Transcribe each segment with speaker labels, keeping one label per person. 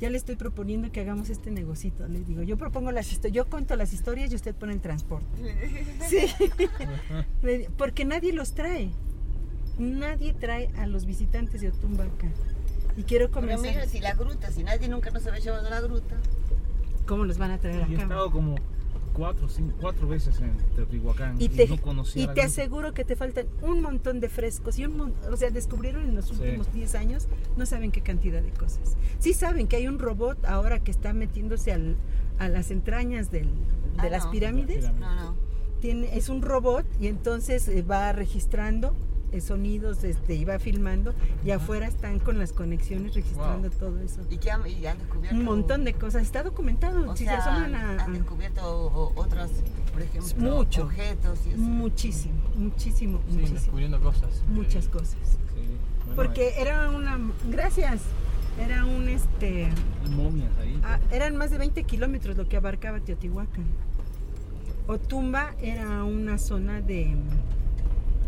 Speaker 1: ya le estoy proponiendo que hagamos este negocito. Le digo, yo propongo las historias, yo cuento las historias y usted pone el transporte. Sí. Le- Porque nadie los trae. Nadie trae a los visitantes de Otumbaca. Y quiero
Speaker 2: Pero mira,
Speaker 1: comenzar.
Speaker 2: si la gruta, si nadie nunca nos había llevado a la gruta.
Speaker 1: ¿Cómo los van a traer
Speaker 3: Yo he
Speaker 1: acá?
Speaker 3: estado como cuatro, cinco, cuatro veces en Teotihuacán y,
Speaker 1: Y te,
Speaker 3: no conocía
Speaker 1: y
Speaker 3: la
Speaker 1: te
Speaker 3: gruta.
Speaker 1: aseguro que te faltan un montón de frescos. Y un mon- o sea, descubrieron en los
Speaker 3: Sí.
Speaker 1: últimos 10 años, no saben qué cantidad de cosas. Sí saben que hay un robot ahora que está metiéndose al- a las entrañas del- de
Speaker 2: Ah,
Speaker 1: las
Speaker 2: no.
Speaker 1: pirámides.
Speaker 3: Las
Speaker 2: No, no.
Speaker 1: tiene, es un robot y entonces eh, va registrando eh, sonidos este, y va filmando y afuera están con las conexiones registrando todo eso.
Speaker 2: ¿Y qué han, y han descubierto?
Speaker 1: Un montón de cosas, está documentado,
Speaker 2: O
Speaker 1: si
Speaker 2: sea,
Speaker 1: se asoman a-
Speaker 2: han
Speaker 1: a-
Speaker 2: descubierto o- o- otros, por ejemplo,
Speaker 1: Mucho. Mm.
Speaker 2: objetos y eso.
Speaker 1: muchísimo, muchísimo,
Speaker 4: Sí,
Speaker 1: muchísimo,
Speaker 4: descubriendo cosas.
Speaker 1: muchas cosas.
Speaker 3: Sí, bueno,
Speaker 1: Porque era una, gracias, era un este,
Speaker 3: hay momias ahí.
Speaker 1: Ah, eran más de 20 kilómetros lo que abarcaba Teotihuacán. Otumba era una zona de mm,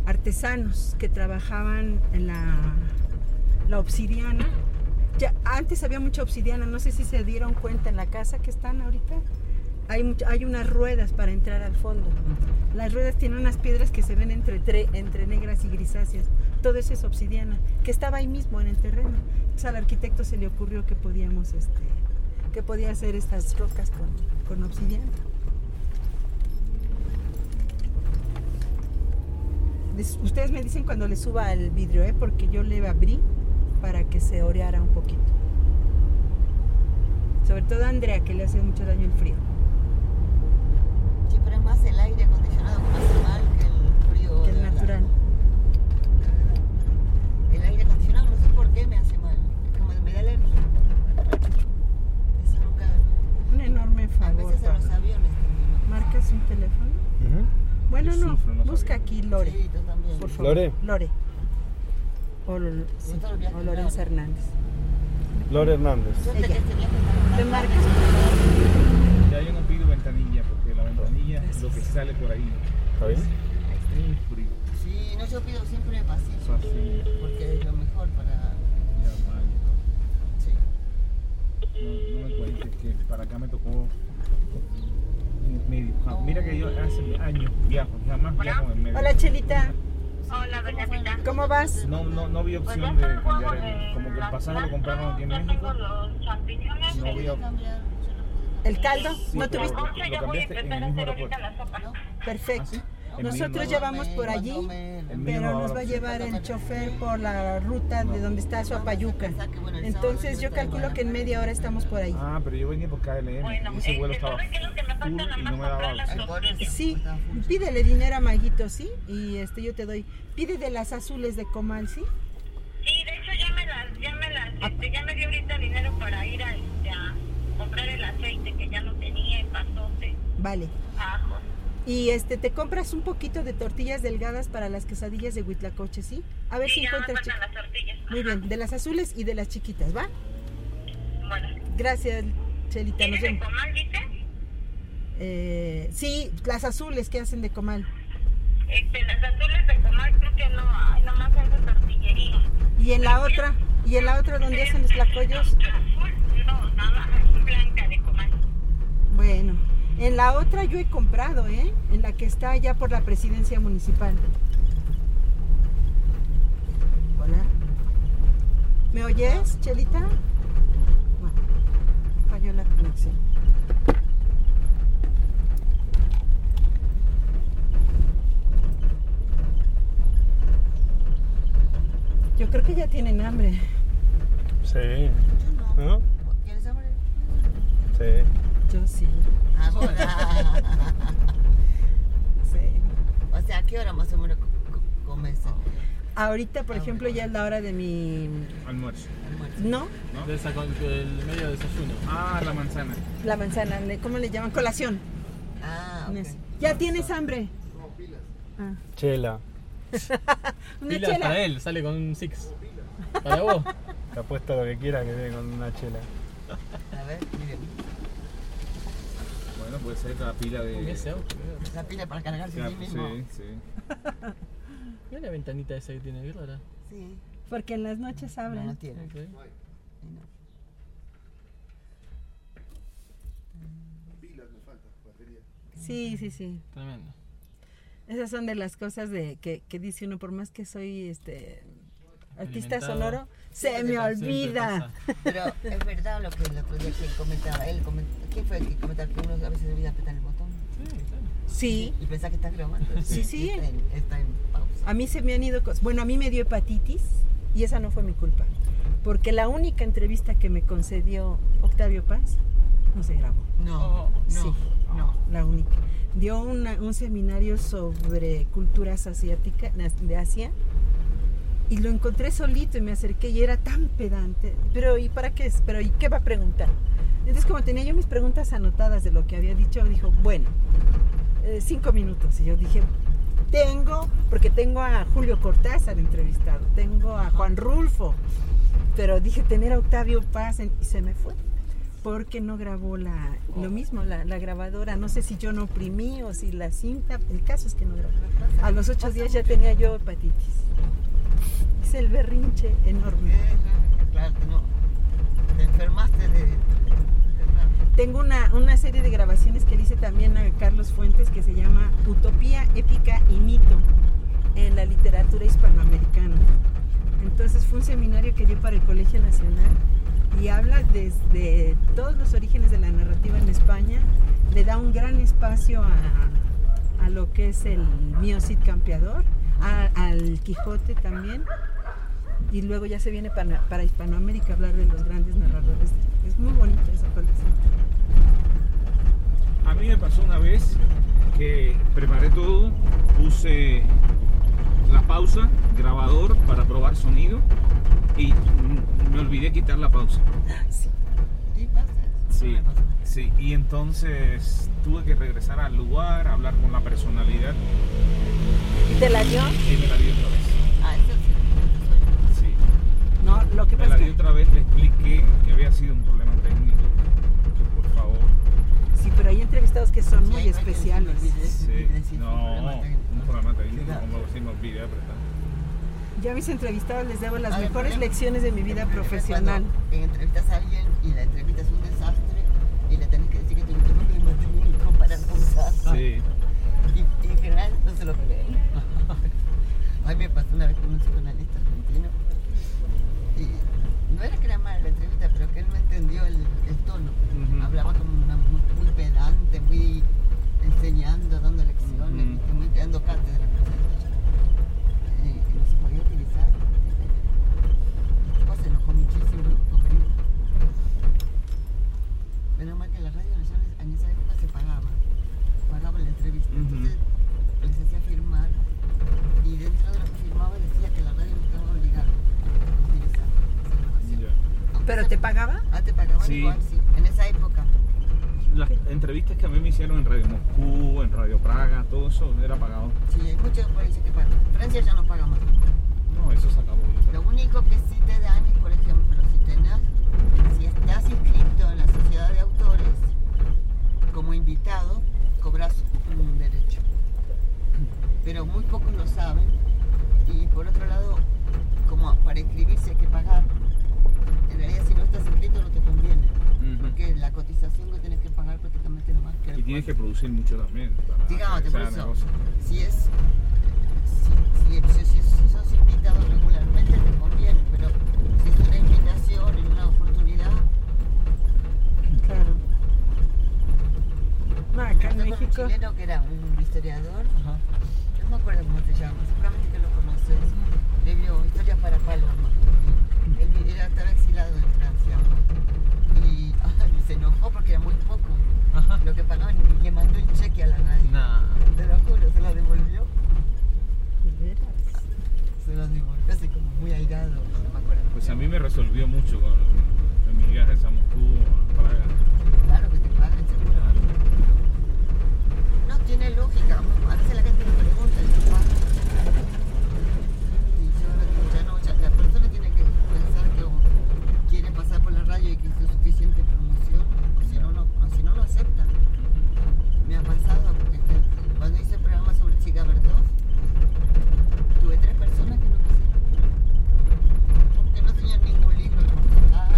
Speaker 1: artesanos que trabajaban en la, la obsidiana. Ya, antes había mucha obsidiana, no sé si se dieron cuenta en la casa que están ahorita. Hay, mucha- hay unas ruedas para entrar al fondo. Las ruedas tienen unas piedras que se ven entre, tre- entre negras y grisáceas. Todo eso es obsidiana, que estaba ahí mismo en el terreno. Entonces al arquitecto se le ocurrió que podíamos este, que podía hacer estas rocas con, con obsidiana. Des- Ustedes me dicen cuando le suba al vidrio, ¿eh? porque yo le abrí para que se oreara un poquito. Sobre todo a Andrea, que le hace mucho daño el frío.
Speaker 2: Sí, pero es más el aire acondicionado que hace mal que el frío.
Speaker 1: Que es
Speaker 2: de verdad.
Speaker 1: natural.
Speaker 2: El aire acondicionado no sé por qué me hace mal. Como me da alergia. Eso nunca.
Speaker 1: Un enorme
Speaker 2: A
Speaker 1: favor.
Speaker 2: veces en los aviones también.
Speaker 1: ¿Marcas un teléfono? Bueno,
Speaker 3: Yo
Speaker 1: no.
Speaker 3: sufro en los
Speaker 1: Busca
Speaker 3: aviones.
Speaker 1: aquí Lore.
Speaker 2: Sí, yo también.
Speaker 1: Por favor.
Speaker 5: ¿Lore?
Speaker 1: Lore. O, Lol- sí,
Speaker 2: Nosotros los viajes
Speaker 1: o Lorenzo
Speaker 2: Lore.
Speaker 1: Hernández.
Speaker 5: Lore Hernández.
Speaker 2: Suerte que
Speaker 1: Ella.
Speaker 2: este viaje está
Speaker 1: ¿Le
Speaker 2: tan
Speaker 1: marcas?
Speaker 2: rápido.
Speaker 3: Ya yo no pido ventanilla porque la ventanilla es lo que sale por ahí.
Speaker 5: ¿Está bien?
Speaker 3: Es un frío.
Speaker 2: Sí, no, yo pido siempre
Speaker 3: Es
Speaker 2: pasillo.
Speaker 3: así.
Speaker 2: Porque es lo mejor para.
Speaker 3: ir al baño y todo.
Speaker 2: Sí.
Speaker 3: No, no me cuentes que para acá me tocó en medio. Ja- Mira que yo hace años viajo, jamás viajo en medio.
Speaker 1: Hola, Chelita.
Speaker 6: Hola, Bernadita.
Speaker 1: ¿Cómo vas?
Speaker 3: No, no, no vi
Speaker 6: Pues
Speaker 3: opción
Speaker 6: ya
Speaker 3: de
Speaker 6: tengo algo
Speaker 3: cambiar el,
Speaker 6: de
Speaker 3: como que el
Speaker 6: las
Speaker 3: pasaje lo compraron aquí en
Speaker 6: plantas,
Speaker 3: México.
Speaker 6: Ya tengo los champiñones.
Speaker 3: No vi
Speaker 2: Pude
Speaker 3: opción.
Speaker 2: cambiar, yo no pude cambiar.
Speaker 1: ¿El caldo?
Speaker 3: Sí,
Speaker 1: ¿No
Speaker 3: pero
Speaker 1: tuviste?
Speaker 3: lo- lo
Speaker 6: Once ya voy a
Speaker 3: cambiaste en
Speaker 6: empezar
Speaker 3: el
Speaker 6: a
Speaker 3: mismo
Speaker 6: hacer ahorita
Speaker 3: aeropuerto.
Speaker 6: la sopa.
Speaker 2: ¿No?
Speaker 1: Perfecto.
Speaker 3: ¿Así?
Speaker 1: Nosotros ya vamos por allí,
Speaker 2: Cuando me-
Speaker 3: El mío
Speaker 1: Pero
Speaker 3: no
Speaker 1: nos
Speaker 3: ahora
Speaker 1: va a
Speaker 3: sí.
Speaker 1: llevar el chofer por la ruta de donde está Suapayuca. Entonces yo calculo que en media hora estamos por ahí.
Speaker 3: Ah, pero yo venía por KLM.
Speaker 6: Bueno,
Speaker 3: ese vuelo
Speaker 6: eh,
Speaker 3: estaba
Speaker 6: ¿sabes qué es lo que me pasa?
Speaker 3: full
Speaker 6: Nada
Speaker 3: y
Speaker 6: más
Speaker 3: no me daba
Speaker 6: comprar las
Speaker 3: opción.
Speaker 2: Ay, por eso,
Speaker 1: Sí,
Speaker 2: estaba full.
Speaker 1: pídele dinero a Maguito, ¿sí? Y este yo te doy. Pide de las azules de Comal, ¿sí?
Speaker 6: Sí, de hecho ya me las, ya me las,
Speaker 3: Ah.
Speaker 6: este, ya me dio ahorita dinero para ir a, este, a comprar el aceite que ya no tenía en pasote,
Speaker 1: Vale.
Speaker 6: ajo.
Speaker 1: Y este te compras un poquito de tortillas delgadas para las quesadillas de Huitlacoche, Pues ¿sí? A ver si
Speaker 6: Y ya me
Speaker 1: encuentras
Speaker 6: faltan
Speaker 1: chi-
Speaker 6: las tortillas.
Speaker 1: Muy bien, de las azules y de las chiquitas, ¿va?
Speaker 6: Bueno,
Speaker 1: Gracias, Chelita. Nos
Speaker 6: ¿tienes el
Speaker 1: vemos.
Speaker 6: comal, dice?
Speaker 1: Eh, sí, las azules que hacen de Comal.
Speaker 6: Este, las azules de comal creo que no, hay nomás hay de tortillería.
Speaker 1: Y en la otra, y en la otra donde hacen los tlacoyos,
Speaker 6: Azul, no, nada, blanca de comal.
Speaker 1: bueno, en la otra yo he comprado, ¿eh? En la que está allá por la presidencia municipal. Hola. ¿Me oyes, Chelita? Bueno, falló la conexión. Yo creo que ya tienen hambre.
Speaker 5: Sí.
Speaker 2: Yo no.
Speaker 5: ¿No?
Speaker 2: ¿Quieres hambre?
Speaker 5: Sí.
Speaker 1: Yo sí.
Speaker 2: Ahora.
Speaker 1: Sí.
Speaker 2: o sea, ¿a qué hora más o menos co- co- comes
Speaker 1: Ahorita, por
Speaker 2: Ah,
Speaker 1: ejemplo,
Speaker 2: bueno.
Speaker 1: ya es la hora de mi...
Speaker 3: Almuerzo.
Speaker 2: el almuerzo?
Speaker 1: ¿No?
Speaker 4: Del medio desayuno.
Speaker 3: Ah, la manzana.
Speaker 1: La manzana, le- ¿cómo le llaman? Colación.
Speaker 2: Ah, ok.
Speaker 1: Ya tienes hambre.
Speaker 5: Chela.
Speaker 1: Una
Speaker 4: Pilas
Speaker 1: chela.
Speaker 4: para él, sale con un six. Para vos.
Speaker 5: Te apuesto lo que quiera que dé con una chela.
Speaker 2: A ver, miren.
Speaker 3: Bueno, puede ser la pila
Speaker 4: Uy,
Speaker 3: de.
Speaker 4: ese auto, mirá.
Speaker 2: La pila para cargarse a sí mismo.
Speaker 3: Sí, sí.
Speaker 4: Mirá la ventanita esa que tiene, ¿verdad?
Speaker 2: Sí.
Speaker 1: Porque en las noches
Speaker 2: No,
Speaker 1: abren.
Speaker 2: no tiene.
Speaker 4: Ok.
Speaker 2: No.
Speaker 1: Sí, sí, sí.
Speaker 4: Tremendo.
Speaker 1: Esas son de las cosas de que, que dice uno, por más que soy este artista
Speaker 4: Experimentado.
Speaker 1: sonoro, se
Speaker 4: Siempre
Speaker 1: me
Speaker 4: pasa, siempre
Speaker 1: olvida.
Speaker 2: Pero es verdad lo que el otro día que comentaba él. comen- ¿Quién fue el que comentaba que uno a veces olvida apretar el botón?
Speaker 4: Sí, claro.
Speaker 1: Sí,
Speaker 2: Y pensás que estás grabando.
Speaker 1: Sí, sí.
Speaker 2: Está en, está en pausa.
Speaker 1: a mí se me han ido cosas. Bueno, a mí me dio hepatitis y esa no fue mi culpa. Porque la única entrevista que me concedió Octavio Paz no se grabó.
Speaker 2: No, no,
Speaker 1: Sí.
Speaker 2: no.
Speaker 1: la única. Dio una- un seminario sobre culturas asiáticas de Asia y lo encontré solito y me acerqué y era tan pedante. Pero ¿y para qué es? Pero ¿y qué va a preguntar? Entonces como tenía yo mis preguntas anotadas de lo que había dicho, dijo, bueno, eh, cinco minutos. Y yo dije, tengo, porque tengo a Julio Cortázar entrevistado, tengo a Juan Rulfo, pero dije tener a Octavio Paz en- y se me fue. Porque no grabó la, lo mismo, la, la grabadora. No sé si yo no oprimí o si la cinta. El caso es que no grabó. A los ocho días ya tenía yo hepatitis. Es el berrinche enorme.
Speaker 2: Eh, Claro que no. Te enfermaste de. de-
Speaker 1: Tengo una, una serie de grabaciones que le hice también a Carlos Fuentes que se llama Utopía, Épica y Mito en la literatura hispanoamericana. Entonces fue un seminario que dio para el Colegio Nacional y habla desde todos los orígenes de la narrativa en España. Le da un gran espacio a, a lo que es el Miocid Campeador, a- al Quijote también. Y luego ya se viene para, para Hispanoamérica a hablar de los grandes narradores. Es muy bonito esa colección.
Speaker 3: A mí me pasó una vez que preparé todo, puse la pausa, grabador para probar sonido y mm, me olvidé quitar la pausa.
Speaker 2: Sí, pasa. eso
Speaker 3: Sí,
Speaker 2: me pasa.
Speaker 3: sí, y entonces tuve que regresar al lugar, hablar con la personalidad
Speaker 1: ¿Y te la dio?
Speaker 3: y me la di otra vez.
Speaker 2: Ah, eso sí. eso soy yo.
Speaker 3: Sí,
Speaker 1: No, lo que
Speaker 3: me la
Speaker 1: pasa
Speaker 3: di
Speaker 1: es que.
Speaker 3: otra vez, le expliqué que había sido un problema técnico, que por favor.
Speaker 1: Sí, pero hay entrevistados que son
Speaker 2: Sí,
Speaker 1: muy
Speaker 2: hay varios que
Speaker 1: especiales.
Speaker 2: se me olvida eso,
Speaker 3: Sí,
Speaker 2: que decir,
Speaker 3: no,
Speaker 2: problema técnico.
Speaker 3: un problema técnico,
Speaker 2: Claro.
Speaker 3: como si me olvidé apretar.
Speaker 1: Yo a mis entrevistados les debo las
Speaker 2: A ver,
Speaker 1: mejores
Speaker 2: problema-
Speaker 1: lecciones de mi vida
Speaker 2: El problema es
Speaker 1: profesional.
Speaker 2: cuando Entrevistas a alguien y la entrevista es un desastre y le tenés que decir que tiene un problema técnico para no usar.
Speaker 3: Sí.
Speaker 2: Y, y en general no se lo creen. A mí me pasó una vez con un psicoanalista argentino. Y no era que era mala la entrevista, pero que él no entendió el, el tono.
Speaker 3: Ujú.
Speaker 2: Hablaba como una, muy, muy pedante, muy enseñando, dando lecciones,
Speaker 3: Ujú.
Speaker 2: ¿viste? muy dando cátedra. cosas así. Eh, no se podía utilizar. Mi papá se enojó muchísimo conmigo. Menos mal que la radio nacional en esa época se pagaba. Pagaba la entrevista.
Speaker 3: Ujú.
Speaker 2: Entonces les hacía firmar. Y dentro de lo que firmaba decía que la radio no estaba obligada a utilizar esa grabación.
Speaker 3: Ya.
Speaker 2: Aunque
Speaker 1: ¿Pero
Speaker 2: esa-
Speaker 1: te pagaba?
Speaker 2: Ah, te pagaban
Speaker 3: Sí.
Speaker 2: igual, sí. En esa época.
Speaker 3: Las entrevistas que a mí me hicieron en Radio Moscú, en Radio Praga, todo eso era pagado.
Speaker 2: Sí, hay muchos países que pagan. Francia ya no paga más.
Speaker 3: No, eso se acabó. yo
Speaker 2: Lo
Speaker 3: creo.
Speaker 2: único que sí te dan es, por ejemplo, si tenés, si estás inscrito en la sociedad de autores, como invitado, cobras un derecho. Pero muy pocos lo saben. Y por otro lado, como para inscribirse hay que pagar, en realidad si no estás inscrito no te conviene.
Speaker 3: Ujú.
Speaker 2: Porque la cotización que tienes que pagar prácticamente no más que
Speaker 3: Y tienes que producir mucho también. para
Speaker 2: Digamos, por
Speaker 3: realizar
Speaker 2: eso,
Speaker 3: negocios.
Speaker 2: si es, si, si- si- si sos invitado regularmente te conviene, pero si es una invitación en una oportunidad,
Speaker 1: Claro. No, acá en
Speaker 2: Estoy con un
Speaker 1: México.
Speaker 2: chileno que era un historiador,
Speaker 4: Ajá.
Speaker 2: no me acuerdo cómo se llama, seguramente que lo conoces, le vio historias para Paloma, él vi- era, estaba exilado en Francia y, ay, se enojó porque era muy poco
Speaker 4: Ajá.
Speaker 2: lo que pagaban y le mandó el cheque a la radio,
Speaker 4: Nah.
Speaker 2: te lo juro, se lo devolvió.
Speaker 1: de veras.
Speaker 2: Se los devolvió así como muy airado, no me acuerdo.
Speaker 3: Pues a mí me resolvió mucho con, en mis viajes a Moscú, a Praga.
Speaker 2: Claro que te paguen seguro. No tiene lógica. A veces la gente me pregunta, y yo, "Ah". Y yo le digo, ya no, ya, la persona tiene que pensar que o quiere pasar por la radio y que es suficiente promoción, o si no, no, o si no lo acepta. Me ha pasado, porque que cuando hice el programa sobre Chica Verdós, tuve tres personas que no quisieron. Porque no tenían ningún libro que consultar,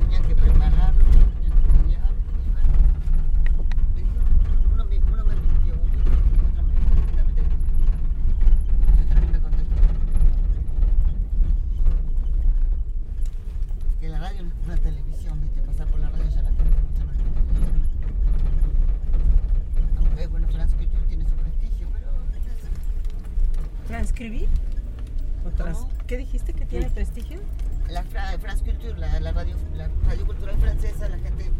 Speaker 2: tenían que prepararlo, tenían que estudiar, y bueno, me dijeron, radio, una televisión, viste, pasar por la radio ya la gente mucho no le gusta la televisión. Aunque bueno, Francisco YouTube tiene su prestigio, pero es-
Speaker 1: ¿Transcribir? ¿O trans-
Speaker 2: ¿Cómo?
Speaker 1: ¿Qué dijiste que tiene prestigio?
Speaker 2: la fra- France Culture, la, la radio, la radio cultural francesa, la gente,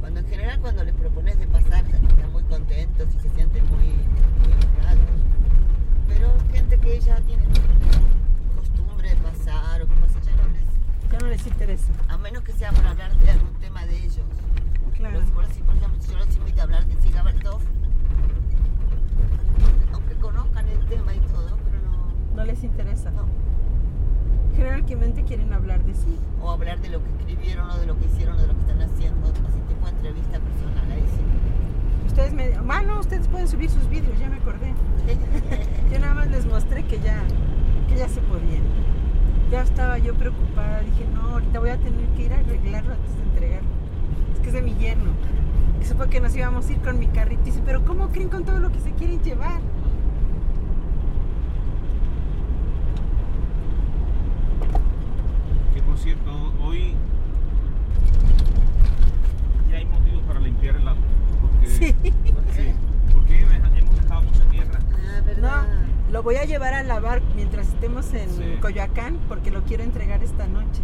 Speaker 2: cuando en general cuando les propones de pasar, están muy contentos y se sienten muy, muy honrados. Pero gente que ya tiene costumbre de pasar o que pasa ya no les,
Speaker 1: Ya no les interesa.
Speaker 2: a menos que sea para hablar de algún tema de ellos.
Speaker 1: Claro.
Speaker 2: Pero si, por así, por ejemplo, si yo los invito a hablar de Sigabertov, aunque conozcan el tema y todo, pero no,
Speaker 1: No les interesa.
Speaker 2: no.
Speaker 1: Generalmente quieren hablar de sí.
Speaker 2: o hablar de lo que escribieron o de lo que hicieron o de lo que están haciendo, así tipo de entrevista personal, ahí sí.
Speaker 1: Ustedes me. Ah, no, ustedes pueden subir sus vidrios, ya me acordé. Yo nada más les mostré que ya, que ya se podía. Ya estaba yo preocupada, dije, no, ahorita voy a tener que ir a arreglarlo antes de entregarlo. Es que es de mi yerno. Que supo que nos íbamos a ir con mi carrito. Y dice, pero ¿cómo creen con todo lo que se quieren llevar?
Speaker 3: Que por cierto, hoy ya hay motivos para limpiar el auto. Porque, Sí, porque deja- hemos dejado mucha tierra.
Speaker 2: Ah,
Speaker 1: No,
Speaker 2: ¿verdad?
Speaker 1: lo voy a llevar a lavar mientras estemos en
Speaker 3: Sí.
Speaker 1: Coyoacán porque lo quiero entregar esta noche.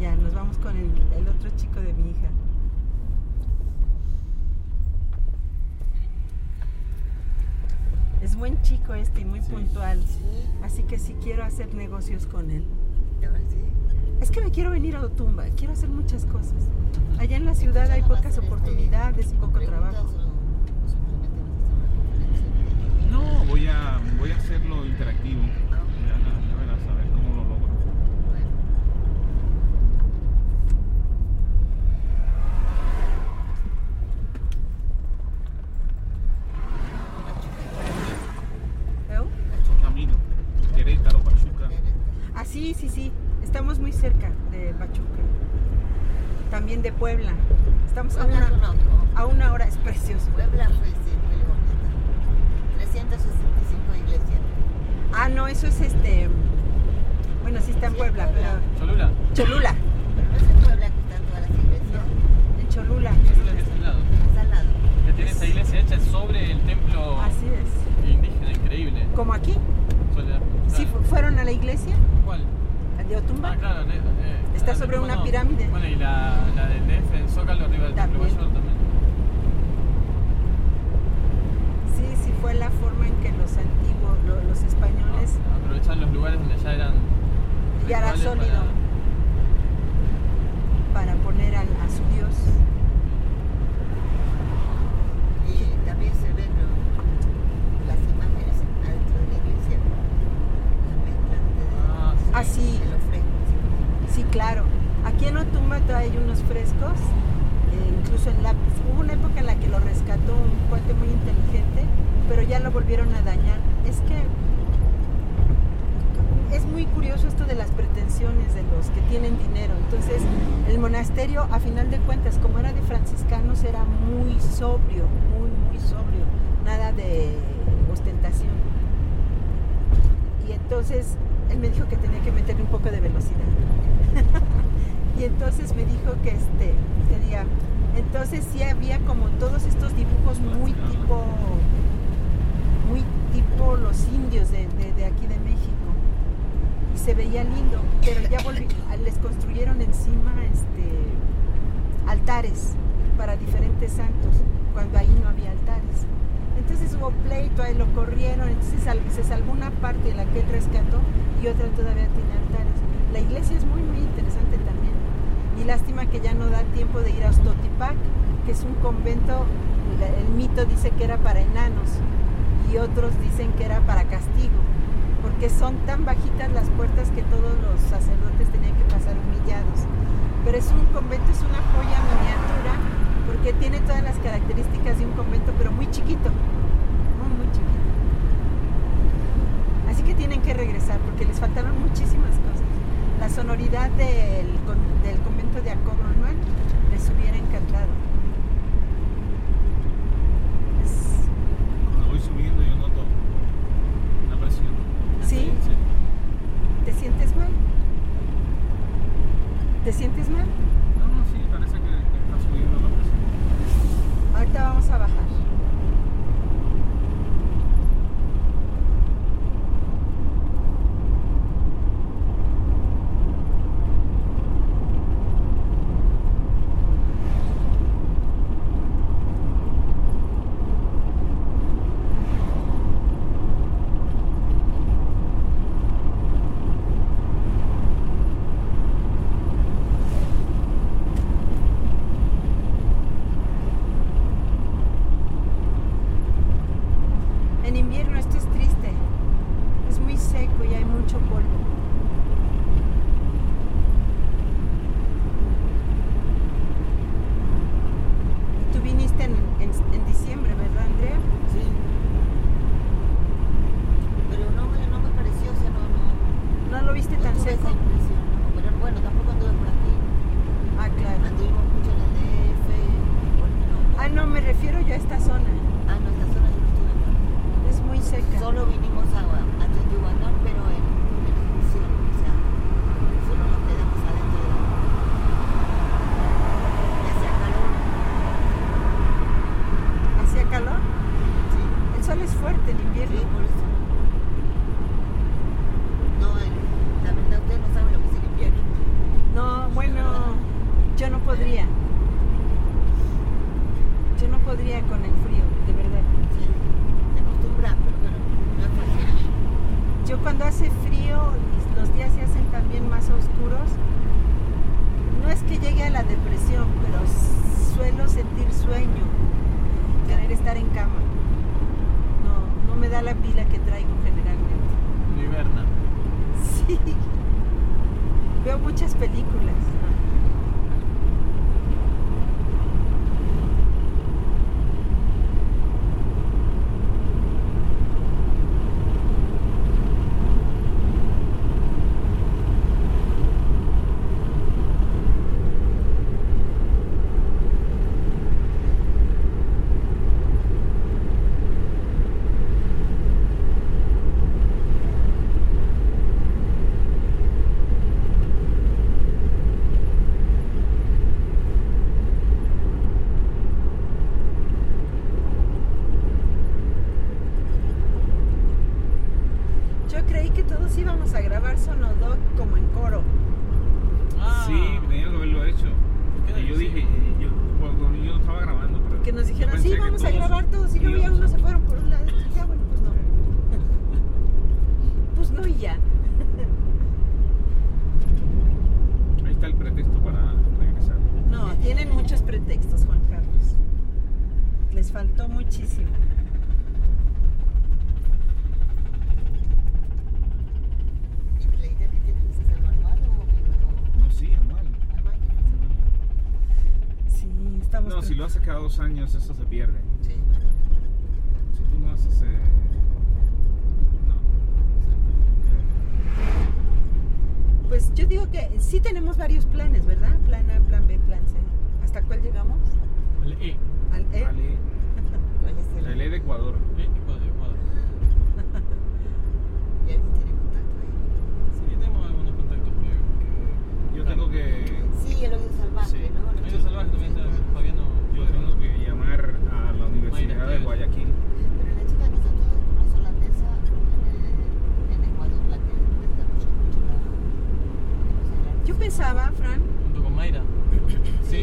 Speaker 1: Ya, nos vamos con el, el otro chico de mi hija. Es buen chico este y muy
Speaker 3: Sí.
Speaker 1: puntual.
Speaker 2: Sí,
Speaker 1: Así que sí quiero hacer negocios con él.
Speaker 2: ahora sí.
Speaker 1: Es que me quiero venir a Otumba, quiero hacer muchas cosas. Allá en la ciudad hay
Speaker 2: Ya no va a
Speaker 1: pocas
Speaker 2: ser, este,
Speaker 1: oportunidades y
Speaker 2: con
Speaker 1: poco
Speaker 2: preguntas
Speaker 1: trabajo.
Speaker 2: o- o simplemente vas a hacer una conferencia.
Speaker 3: No, voy a, voy a hacerlo interactivo. Ya, ya- ya verás, a ver cómo lo logro.
Speaker 2: Bueno.
Speaker 1: ¿Veo?
Speaker 3: Camino, Querétaro, Pachuca.
Speaker 1: Ah, sí, sí, sí. Estamos muy cerca de Pachuca. También de Puebla. Estamos a
Speaker 2: Puebla
Speaker 1: una,
Speaker 2: con otro.
Speaker 1: a una hora. Es precioso.
Speaker 2: Puebla fue siempre bonita. 365 iglesias.
Speaker 1: Ah, no, eso es este. Bueno, sí está en
Speaker 2: Sí,
Speaker 1: Puebla,
Speaker 2: Puebla.
Speaker 1: pero.
Speaker 4: Cholula.
Speaker 1: Cholula.
Speaker 2: Pero no es en Puebla que están todas las iglesias,
Speaker 1: En Cholula.
Speaker 4: Cholula es al lado.
Speaker 2: es al lado.
Speaker 4: Ya tiene esa iglesia hecha sobre el templo
Speaker 1: Así es.
Speaker 4: indígena, increíble.
Speaker 1: Como aquí.
Speaker 4: Soledad.
Speaker 1: Sí, fu- fueron a la iglesia
Speaker 4: ¿Cuál?
Speaker 1: de Otumba.
Speaker 4: Ah, claro. ne- eh,
Speaker 1: Está
Speaker 4: ah,
Speaker 1: sobre
Speaker 4: no,
Speaker 1: una
Speaker 4: no.
Speaker 1: pirámide.
Speaker 4: Bueno, y la, la del DF en Zócalo, arriba del Templo
Speaker 1: También.
Speaker 4: Mayor también.
Speaker 1: Sí, sí, fue la forma en que los antiguos, lo- los españoles.
Speaker 4: Ah, Aprovechar los lugares donde ya eran.
Speaker 1: Ya era
Speaker 4: rituales
Speaker 1: sólido.
Speaker 4: para-
Speaker 1: Para poner al- a su Dios.
Speaker 2: Y también se ven lo- las imágenes adentro de la iglesia. Las mezclan de,
Speaker 4: Ah, sí.
Speaker 1: Ah, sí.
Speaker 2: de los frescos.
Speaker 1: Sí, claro. Aquí en Otumba todavía hay unos frescos, eh, incluso en la, hubo una época en la que lo rescató un cuate muy inteligente, pero ya lo volvieron a dañar. Es que es muy curioso esto de las pretensiones de los que tienen dinero. Entonces, el monasterio, a final de cuentas, como era de franciscanos, era muy sobrio, muy, muy sobrio, nada de ostentación. Y entonces, él me dijo que tenía que meterle un poco de velocidad. Y entonces me dijo que este, tenía, entonces sí había como todos estos dibujos muy tipo, muy tipo los indios de, de- de aquí de México. Y se veía lindo, pero ya volvi- ah, les construyeron encima este, altares para diferentes santos, cuando ahí no había altares. Entonces hubo pleito, ahí lo corrieron, entonces sal- se salvó una parte de la que él rescató y otra todavía tiene altares. La iglesia es muy, muy interesante también. Y lástima que ya no da tiempo de ir a Ostotipac, que es un convento, la- el mito dice que era para enanos y otros dicen que era para castigo, porque son tan bajitas las puertas que todos los sacerdotes tenían que pasar humillados. Pero es un convento, es una joya miniatura, porque tiene todas las características de un convento, pero muy chiquito, muy, muy chiquito. Así que tienen que regresar porque les faltaron muchísimas cosas. La sonoridad del, con- del convento de Acobro Manuel les hubiera encantado. Es-
Speaker 3: Cuando voy subiendo yo noto la presión.
Speaker 1: ¿Sí? ¿Te sientes mal? ¿Te sientes mal?
Speaker 3: No, no, sí, parece que, que está subiendo la presión.
Speaker 1: Ahorita vamos a bajar. En invierno esto es triste. Es muy seco y hay mucho polvo. Tú viniste en, en- en diciembre, ¿verdad, Andrea?
Speaker 2: Sí. Pero no me, no me pareció, o sea, no, no,
Speaker 1: ¿No lo viste
Speaker 2: no
Speaker 1: tan
Speaker 2: tuve
Speaker 1: seco?
Speaker 2: esa impresión. ¿no? Pero bueno, tampoco anduve por aquí.
Speaker 1: Ah, claro.
Speaker 2: Anduvimos mucho en el DF. porque no.
Speaker 1: Ah, no, me refiero yo a esta zona.
Speaker 2: Ah, no, esta zona yo no estuve por aquí.
Speaker 1: Es muy seca.
Speaker 2: Solo vinimos a, a Teotihuacán, pero en, en excursión, o sea, solo nos quedamos adentro de la Y hacía calor,
Speaker 1: ¿Hacía calor?
Speaker 2: sí,
Speaker 1: El sol es fuerte en invierno.
Speaker 2: sí, por eso. No, el, la verdad, ustedes no saben lo que es el invierno.
Speaker 1: No, bueno, yo no podría. Yo no podría con el frío, de verdad.
Speaker 2: Sí, se acostumbran, pero bueno, no es fácil.
Speaker 1: Yo cuando hace frío, los días se hacen también más oscuros. No es que llegue a la depresión, pero suelo sentir sueño, querer estar en cama. No, no me da la pila que traigo generalmente.
Speaker 4: No hiberna.
Speaker 1: Sí. Veo muchas películas. Yo creí que todos íbamos a grabar Sonodoc como en coro.
Speaker 3: Sí, tenían que haberlo hecho.
Speaker 4: Qué
Speaker 3: Y yo dije,
Speaker 4: delicioso.
Speaker 3: yo, cuando yo estaba grabando, pero.
Speaker 1: Ah, Que nos
Speaker 3: yo
Speaker 1: dijeron,
Speaker 3: pensé
Speaker 1: sí,
Speaker 3: que
Speaker 1: vamos a
Speaker 3: todos
Speaker 1: grabar todos. Y luego ya
Speaker 3: íbamos a-
Speaker 1: unos se fueron por un lado. Y ya, bueno, pues no. Pues no y ya.
Speaker 3: Ahí está el pretexto para regresar.
Speaker 1: No, tienen muchos pretextos, Juan Carlos. Les faltó muchísimo.
Speaker 2: ¿Y la idea que tienes es el manual o
Speaker 3: No, sí, anual.
Speaker 2: el máquina?
Speaker 1: Sí, estamos...
Speaker 3: No,
Speaker 1: pre-
Speaker 3: si lo haces cada dos años, eso se pierde.
Speaker 2: Sí,
Speaker 3: Si tú no haces. eh, No. no
Speaker 1: Pues yo digo que sí tenemos varios planes, ¿verdad? Plan A, plan B, plan C. ¿Hasta cuál llegamos?
Speaker 4: El E.
Speaker 1: Al
Speaker 3: sé.
Speaker 1: E.
Speaker 3: Vale,
Speaker 2: ¿cuál es
Speaker 3: La
Speaker 2: el?
Speaker 3: ley de Ecuador.
Speaker 4: E tipo de Ecuador.
Speaker 2: ¿Y alguien tiene contacto ahí?
Speaker 4: Sí, tenemos algunos contactos que.
Speaker 3: Yo tengo que.
Speaker 2: Sí, el oído salvaje,
Speaker 3: Sí,
Speaker 2: ¿no?
Speaker 4: que... Medio salvaje también está Fabiano.
Speaker 3: Yo tengo que llamar a la Universidad de Guayaquil.
Speaker 2: Pero la chica que hizo todo no es holandesa en, el- en Ecuador, la que está mucho, mucho la. la-
Speaker 1: Yo pensaba, Fran,
Speaker 4: Junto con Mayra. Sí.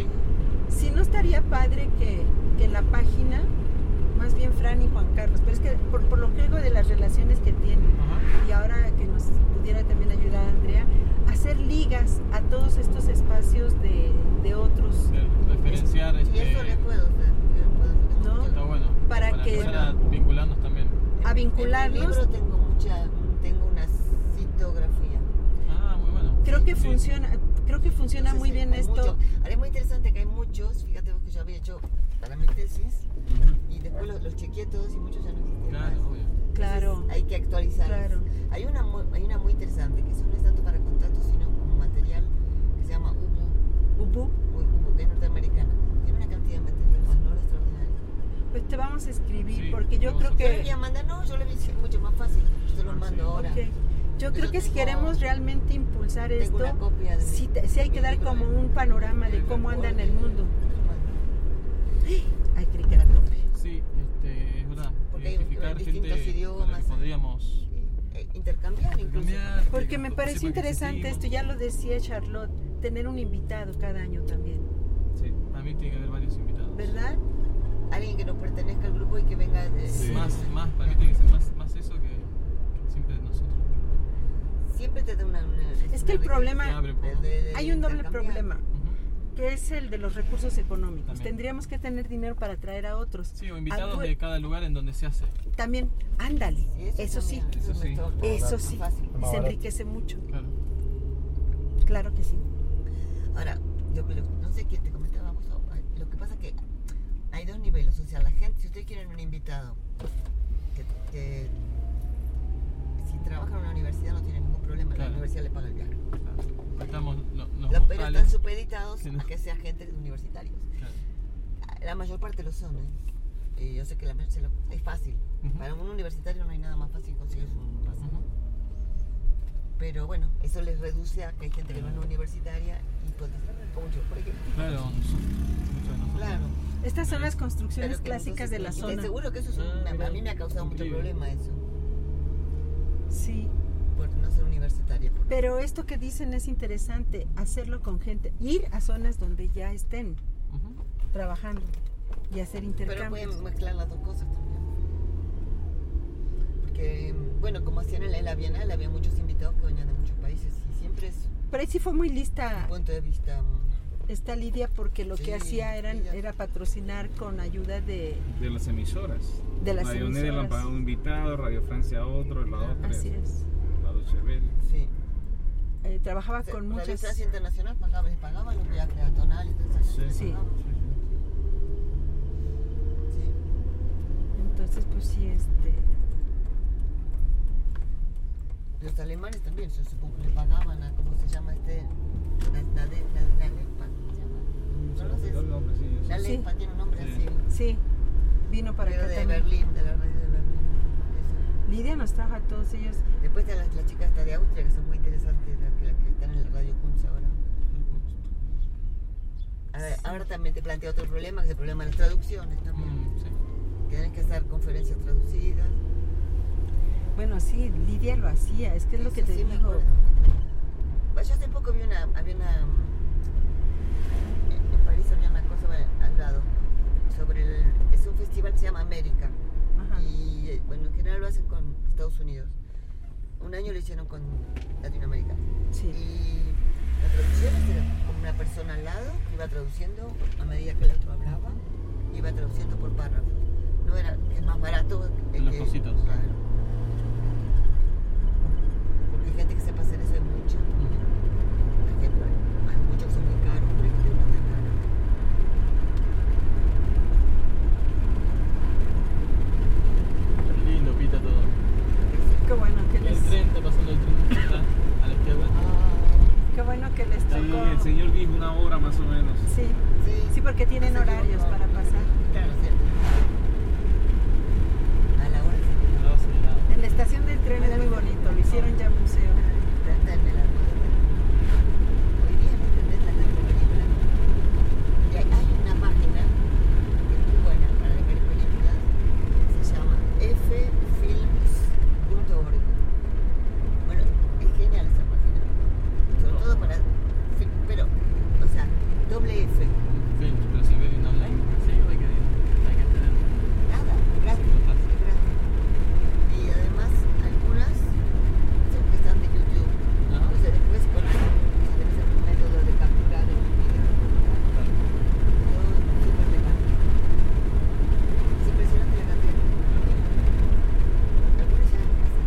Speaker 1: si no estaría padre que, que en la página, más bien Fran y Juan Carlos, pero es que por, por lo que oigo de las relaciones que tienen,
Speaker 4: Ajá.
Speaker 1: y ahora que nos pudiera también ayudar Andrea, hacer ligas a todos estos espacios de, de otros,
Speaker 4: De referenciar
Speaker 2: Y
Speaker 4: este.
Speaker 2: eso le puedo hacer. yo le puedo hacer.
Speaker 1: No.
Speaker 4: Está bueno.
Speaker 1: Para que-
Speaker 4: empezar a vincularnos también.
Speaker 1: a
Speaker 2: En mi libro
Speaker 1: vincularlos.
Speaker 2: tengo mucha. Tengo una citografía.
Speaker 4: Ah, muy bueno.
Speaker 1: Creo que
Speaker 4: Sí.
Speaker 1: funciona, creo que funciona
Speaker 2: Entonces,
Speaker 1: muy bien
Speaker 2: hay
Speaker 1: esto.
Speaker 2: mucho- ahora es muy interesante que hay muchos, fíjate vos que yo había hecho para mi tesis y después los, los chequeé todos y muchos ya no existen. más.
Speaker 4: Claro, obvio.
Speaker 1: Claro,
Speaker 2: Entonces, Hay que actualizar.
Speaker 1: claro.
Speaker 2: Hay una, muy, hay una muy interesante que eso no es tanto para contratos, sino como material que se llama UBU,
Speaker 1: Ubu,
Speaker 2: o UBU que es norteamericana. Tiene una cantidad de material valor extraordinario.
Speaker 1: pues te vamos a escribir
Speaker 4: Sí,
Speaker 1: porque yo
Speaker 4: vamos a
Speaker 1: creo
Speaker 2: Yo le voy
Speaker 1: que
Speaker 2: a mandar, no, yo le voy a decir mucho más fácil. Yo te lo
Speaker 3: Ah,
Speaker 2: mando
Speaker 3: sí.
Speaker 2: ahora.
Speaker 1: Ok. Yo creo
Speaker 2: Yo
Speaker 1: que si
Speaker 2: tengo-
Speaker 1: queremos realmente impulsar
Speaker 2: Tengo
Speaker 1: esto,
Speaker 2: una copia de.
Speaker 1: sí, te- sí hay que dar como un panorama de cómo anda en el mundo. Ay, creí que era tope.
Speaker 4: Sí, este, es verdad.
Speaker 2: Porque hay
Speaker 4: identificar gente
Speaker 2: distintos
Speaker 4: con la
Speaker 2: idiomas,
Speaker 4: que
Speaker 2: ¿eh?
Speaker 4: podríamos
Speaker 2: Eh, intercambiar incluso.
Speaker 4: cambiar.
Speaker 1: Porque me pareció interesante esto, ya lo decía Charlotte, tener un invitado cada año también,
Speaker 4: Sí, a mí tiene que haber varios invitados.
Speaker 1: ¿verdad?
Speaker 2: Alguien que no pertenezca al grupo y que venga eh, de...
Speaker 4: Sí. Más, más, para mí tiene que ser más, más eso que, que siempre nosotros.
Speaker 2: Siempre te da una... una-
Speaker 1: Es que el
Speaker 2: una-
Speaker 1: problema-
Speaker 4: Que abre un
Speaker 2: de-
Speaker 4: poco.
Speaker 2: de- de
Speaker 1: Hay un doble
Speaker 2: intercambiar.
Speaker 1: problema,
Speaker 4: Ujú.
Speaker 1: que es el de los recursos económicos.
Speaker 4: También.
Speaker 1: Tendríamos que tener dinero para traer a otros.
Speaker 4: Sí, o invitados
Speaker 1: Algo-
Speaker 4: de cada lugar en donde se hace.
Speaker 1: También, ándale,
Speaker 2: Sí,
Speaker 1: eso sí,
Speaker 2: también,
Speaker 4: Eso
Speaker 2: es
Speaker 4: sí.
Speaker 2: nuestro-
Speaker 1: eso sí,
Speaker 2: fácil.
Speaker 5: Más
Speaker 1: se
Speaker 5: barato.
Speaker 1: enriquece mucho,
Speaker 4: Claro.
Speaker 1: claro que sí.
Speaker 2: Ahora, yo creo- no sé qué te comentábamos. Lo que pasa es que hay dos niveles. O sea, la gente, si ustedes quieren un invitado que, que si trabaja en una universidad no tiene ningún problema,
Speaker 4: Claro.
Speaker 2: la universidad le paga el viaje.
Speaker 4: Estamos lo- los
Speaker 2: Los pero están
Speaker 4: mortales.
Speaker 2: supeditados
Speaker 4: que no-
Speaker 2: a que sea gente de universitarios.
Speaker 4: Claro.
Speaker 2: La mayor parte lo son, ¿eh? Y yo sé que la mayor- se lo- es fácil.
Speaker 4: Ujú.
Speaker 2: Para un universitario no hay nada más fácil conseguir un pasaje.
Speaker 4: Ujú.
Speaker 2: Pero bueno, eso les reduce a que hay gente que no es universitaria y pues, como yo, por ejemplo.
Speaker 4: Claro, muchos de nosotros.
Speaker 2: Claro.
Speaker 1: Estas son las
Speaker 2: Pero
Speaker 1: construcciones
Speaker 2: que
Speaker 1: clásicas de la
Speaker 2: nosotros- y te
Speaker 1: zona.
Speaker 2: Seguro que eso es un-
Speaker 4: Ah,
Speaker 2: a
Speaker 4: mira,
Speaker 2: mí me ha causado mucho
Speaker 4: increíble.
Speaker 2: problema eso,
Speaker 1: Sí,
Speaker 2: por no ser universitaria. por-
Speaker 1: pero esto que dicen es interesante, hacerlo con gente, ir a zonas donde ya estén
Speaker 4: Ujú.
Speaker 1: trabajando y hacer
Speaker 2: Pero
Speaker 1: intercambios.
Speaker 2: pueden mezclar las dos cosas también. Porque, bueno, como hacían en la- en la Bienal, había muchos invitados que venían de muchos países y siempre es
Speaker 1: Pero ahí sí fue muy
Speaker 2: un
Speaker 1: lista
Speaker 2: punto de vista. mm,
Speaker 1: esta Lidia porque lo
Speaker 2: Sí,
Speaker 1: que hacía eran,
Speaker 2: ella-
Speaker 1: era patrocinar con ayuda de...
Speaker 3: De las emisoras.
Speaker 1: De las
Speaker 3: Radio Nere le han
Speaker 1: emisoras. Ah,
Speaker 3: pagado un invitado, Radio Francia otro, la otra,
Speaker 1: Así es.
Speaker 3: la Deutsche Welle.
Speaker 2: Sí.
Speaker 1: eh, trabajaba
Speaker 2: O sea,
Speaker 1: con
Speaker 2: Radio
Speaker 1: muchas...
Speaker 2: Francia Internacional pagaba, les pagaba los viajes a Tonal y toda esa gente,
Speaker 3: Sí.
Speaker 2: les
Speaker 1: Sí.
Speaker 2: pagaba. Sí.
Speaker 1: Entonces, pues sí, este...
Speaker 2: Los alemanes también, yo supongo que le pagaban a, ¿cómo se llama este? La, la, de- la, la Lepa, ¿cómo se llama? Yo no sé si- La
Speaker 1: Sí.
Speaker 2: Lepa tiene un nombre
Speaker 3: Sí.
Speaker 2: así,
Speaker 1: Sí, vino para
Speaker 2: pero
Speaker 1: acá
Speaker 2: de
Speaker 1: también.
Speaker 2: Berlín, de la radio de Berlín.
Speaker 1: Lidia nos trajo a todos ellos.
Speaker 2: Eso. Después están las, las chicas hasta de Austria, que son muy interesantes, las que, las que están en la radio Kunz ahora. A ver, ahora también te plantea otro problema, que es el problema de las traducciones también.
Speaker 4: Mm, sí.
Speaker 2: Que tenés que hacer conferencias traducidas.
Speaker 1: Bueno, sí, Lidia lo hacía, es que es lo que
Speaker 2: Eso
Speaker 1: te
Speaker 2: sí me
Speaker 1: digo.
Speaker 2: acuerdo. Bueno, yo hace poco vi una, había una, mm, en en París había una cosa va- al lado, sobre el, es un festival que se llama América,
Speaker 1: Ajá.
Speaker 2: y eh, bueno, en general lo hacen con Estados Unidos. Un año lo hicieron con Latinoamérica.
Speaker 1: Sí,
Speaker 2: Y la traducción era como una persona al lado que iba traduciendo a medida que el otro hablaba, iba traduciendo por párrafos. No era es más barato el
Speaker 4: Los
Speaker 2: que-
Speaker 4: cositos.
Speaker 2: Claro. Porque hay gente que sepa hacer eso hay mucho.
Speaker 4: Ujú.
Speaker 2: Por ejemplo, hay muchos que son muy caros, pero hay que no tan caros.
Speaker 1: Ah.
Speaker 4: Qué Lindo, pita todo.
Speaker 1: qué bueno que
Speaker 4: Y el
Speaker 1: les,
Speaker 4: tren, está pasando el tren está a la izquierda.
Speaker 1: qué bueno que les
Speaker 3: Sí,
Speaker 1: tocó.
Speaker 3: el señor dijo una hora más o menos.
Speaker 1: Sí,
Speaker 2: Sí,
Speaker 1: sí, porque tienen
Speaker 2: Se equivocó.
Speaker 1: horarios para pasar.
Speaker 2: Claro, cierto. A la hora se equivoca.
Speaker 1: Ah.
Speaker 4: No, señalado.
Speaker 1: En la estación del tren es muy bonito, lo hicieron ya museo.
Speaker 2: Trata de la rueda. Hoy día no entendés la cantidad de películas. Y hay, hay una página que es muy buena para ver películas. Se llama ffilms.org. Bueno, es genial esa página. Sobre todo para. sí, Pero, o sea, doble F.
Speaker 4: Films, pero si ven online, sí, hay que, hay que tener.
Speaker 2: Nada, gratis. es gratis. Y además, algunas son que están de YouTube.
Speaker 4: Ajá.
Speaker 2: Entonces, después con un método de capturar el video. Todo súper legal. Es impresionante la cantidad de películas. Algunas ya las hacen.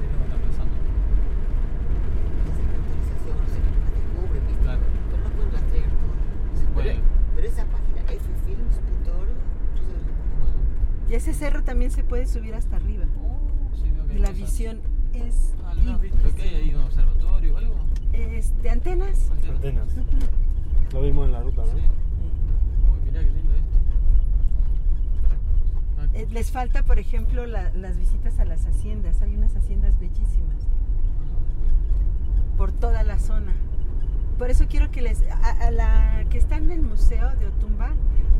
Speaker 2: Pero
Speaker 4: Está pensando.
Speaker 2: no sé qué autorización, no sé qué más descubren, ¿viste?
Speaker 4: Claro.
Speaker 2: Pero no pueden rastrear todo. No se puede.
Speaker 4: Bueno.
Speaker 2: Pero esa página ffilms.org, yo se los recomiendo.
Speaker 1: Y ese cerro también se puede subir hasta arriba.
Speaker 4: Uh, sí, veo que hay
Speaker 1: La
Speaker 4: cosas.
Speaker 1: visión es
Speaker 4: Ah, ¿lo has visto? ¿Qué hay ahí? ¿Un observatorio o algo?
Speaker 1: es de Este, antenas.
Speaker 4: Antena.
Speaker 5: Antenas. Lo vimos en la ruta,
Speaker 4: Sí.
Speaker 5: ¿no?
Speaker 4: Uy, mirá qué lindo esto. Ah,
Speaker 1: Eh, Les falta, por ejemplo, la- las visitas a las haciendas. Hay unas haciendas bellísimas por toda la zona.
Speaker 4: ajá.
Speaker 1: Por eso quiero que les. A, a la que está en el museo de Otumba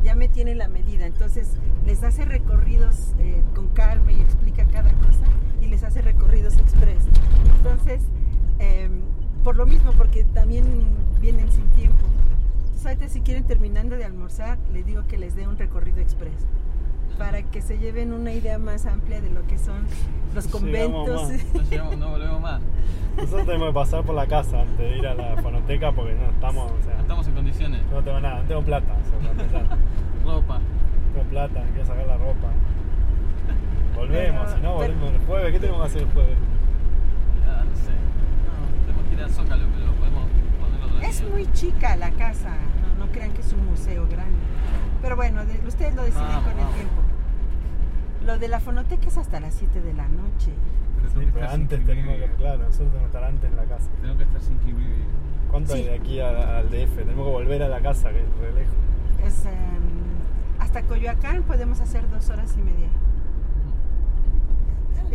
Speaker 1: ya me tiene la medida. Entonces les hace recorridos eh, con calma y explica cada cosa y les hace recorridos express. Entonces, eh, por lo mismo, porque también vienen sin tiempo. Entonces, ahorita si quieren terminando de almorzar, les digo que les dé un recorrido express para que se lleven una idea más amplia de lo que son los
Speaker 5: Sí,
Speaker 1: conventos.
Speaker 5: vamos, vamos.
Speaker 4: No, llegamos, no volvemos más.
Speaker 5: Nosotros tenemos que pasar por la casa antes de ir a la fonoteca porque no estamos, o
Speaker 4: No
Speaker 5: sea,
Speaker 4: estamos en condiciones.
Speaker 5: no tengo nada, no tengo plata, o sea, para empezar.
Speaker 4: Ropa.
Speaker 5: No tengo plata, quiero sacar la ropa. Volvemos,
Speaker 1: Pero-
Speaker 5: si no
Speaker 1: pero-
Speaker 5: volvemos el jueves, ¿qué tenemos que hacer el jueves?
Speaker 4: Ya, no sé. No, tenemos que ir al Zócalo, pero podemos ponerlo otro
Speaker 1: Es
Speaker 4: día.
Speaker 1: muy chica la casa, no, no crean que es un museo grande. Pero bueno, de- ustedes lo deciden
Speaker 5: Ah,
Speaker 4: Vamos,
Speaker 1: con el
Speaker 4: vamos.
Speaker 1: tiempo. Lo de la fonoteca es hasta las 7 de la noche.
Speaker 3: Pero
Speaker 5: Sí,
Speaker 3: tengo que
Speaker 5: pero
Speaker 3: estar
Speaker 5: antes
Speaker 3: cinco y
Speaker 5: tenemos que,
Speaker 3: media.
Speaker 5: claro, nosotros tenemos que estar antes en la casa.
Speaker 3: Tengo que estar cinco y media.
Speaker 5: ¿Cuánto hay
Speaker 1: Sí.
Speaker 5: de aquí a- al DF? Tenemos que volver a la casa, que es re lejos.
Speaker 1: Es, em, hasta Coyoacán podemos hacer dos horas y media.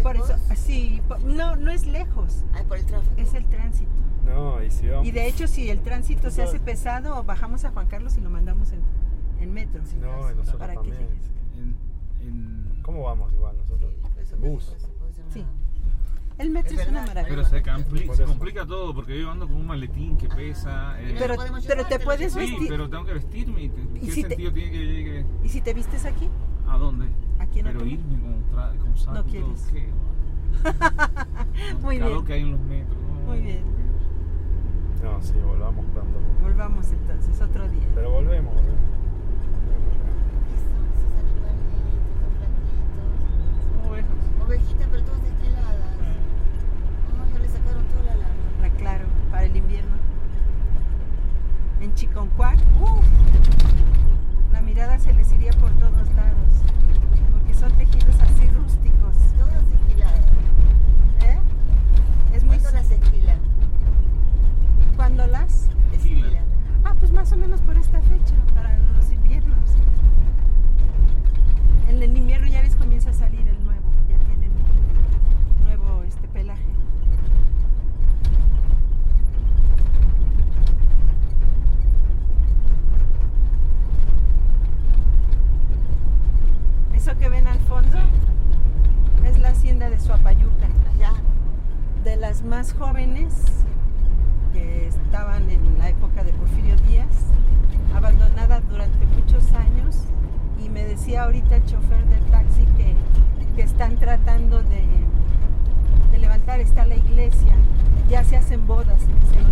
Speaker 1: Por eso, sí, po- no, no es lejos,
Speaker 2: Ay, por el tráfico.
Speaker 1: es el tránsito.
Speaker 5: No, y si vamos.
Speaker 1: Y de hecho, si el tránsito se hace
Speaker 5: Entonces-
Speaker 1: pesado, bajamos a Juan Carlos y lo mandamos en, en metro.
Speaker 5: No, y nosotros
Speaker 1: para que
Speaker 5: también.
Speaker 1: llegue.
Speaker 3: En, en...
Speaker 5: ¿Cómo vamos igual nosotros?
Speaker 2: Eso-
Speaker 5: Bus.
Speaker 2: eso puede ser una-
Speaker 1: Sí. El metro
Speaker 2: Es
Speaker 1: es una
Speaker 2: verdad,
Speaker 1: maravilla.
Speaker 3: Pero se compli-
Speaker 5: Por
Speaker 3: se
Speaker 5: eso.
Speaker 3: complica todo porque yo ando con un maletín que pesa.
Speaker 2: Ah,
Speaker 3: eh,
Speaker 1: Pero,
Speaker 2: podemos
Speaker 1: pero te
Speaker 2: llevarte,
Speaker 1: puedes
Speaker 3: sí,
Speaker 1: vestir.
Speaker 3: pero tengo que vestirme. y te-
Speaker 1: ¿Y
Speaker 3: ¿Qué
Speaker 1: si te-
Speaker 3: sentido tiene que llegue
Speaker 1: ¿Y si te vistes aquí?
Speaker 3: a dónde?
Speaker 1: Aquí en
Speaker 3: pero
Speaker 1: Otomí.
Speaker 3: irme con, tra- con saco
Speaker 1: No
Speaker 3: y todo,
Speaker 1: quieres.
Speaker 3: ¿qué?
Speaker 1: Muy
Speaker 3: calor
Speaker 1: bien.
Speaker 3: que hay en los metros. no,
Speaker 1: Muy bien.
Speaker 5: No, sí, volvamos pronto.
Speaker 1: Volvamos entonces otro día.
Speaker 5: Pero volvemos, volvemos.
Speaker 2: Son- son animalitos, son flaquitos.
Speaker 4: Ovejas.
Speaker 2: Ovejitas, pero todas esquiladas. Ay, ya le sacaron toda la lana.
Speaker 1: La Ah, claro, para el invierno. En Chiconcuac, ¡uf! la mirada se les iría por todos lados. Porque son tejidos así rústicos.
Speaker 2: Todas esquiladas.
Speaker 1: ¿eh? Es muy.
Speaker 2: ¿Cuánto las esquilan?
Speaker 1: ¿Cuándo las?
Speaker 3: Esquilan.
Speaker 2: Esquilan.
Speaker 1: Ah, pues más o menos por esta fecha, para los inviernos. En el invierno ya les comienza a salir el nuevo, ya tienen nuevo este pelaje. Eso que ven al fondo es la hacienda de Suapayuca
Speaker 2: Allá.
Speaker 1: de las más jóvenes que estaban en la época de Porfirio Díaz, abandonada durante muchos años, y me decía ahorita el chofer del taxi que, que están tratando de, de levantar, está la iglesia, ya se hacen bodas en ese lugar. este,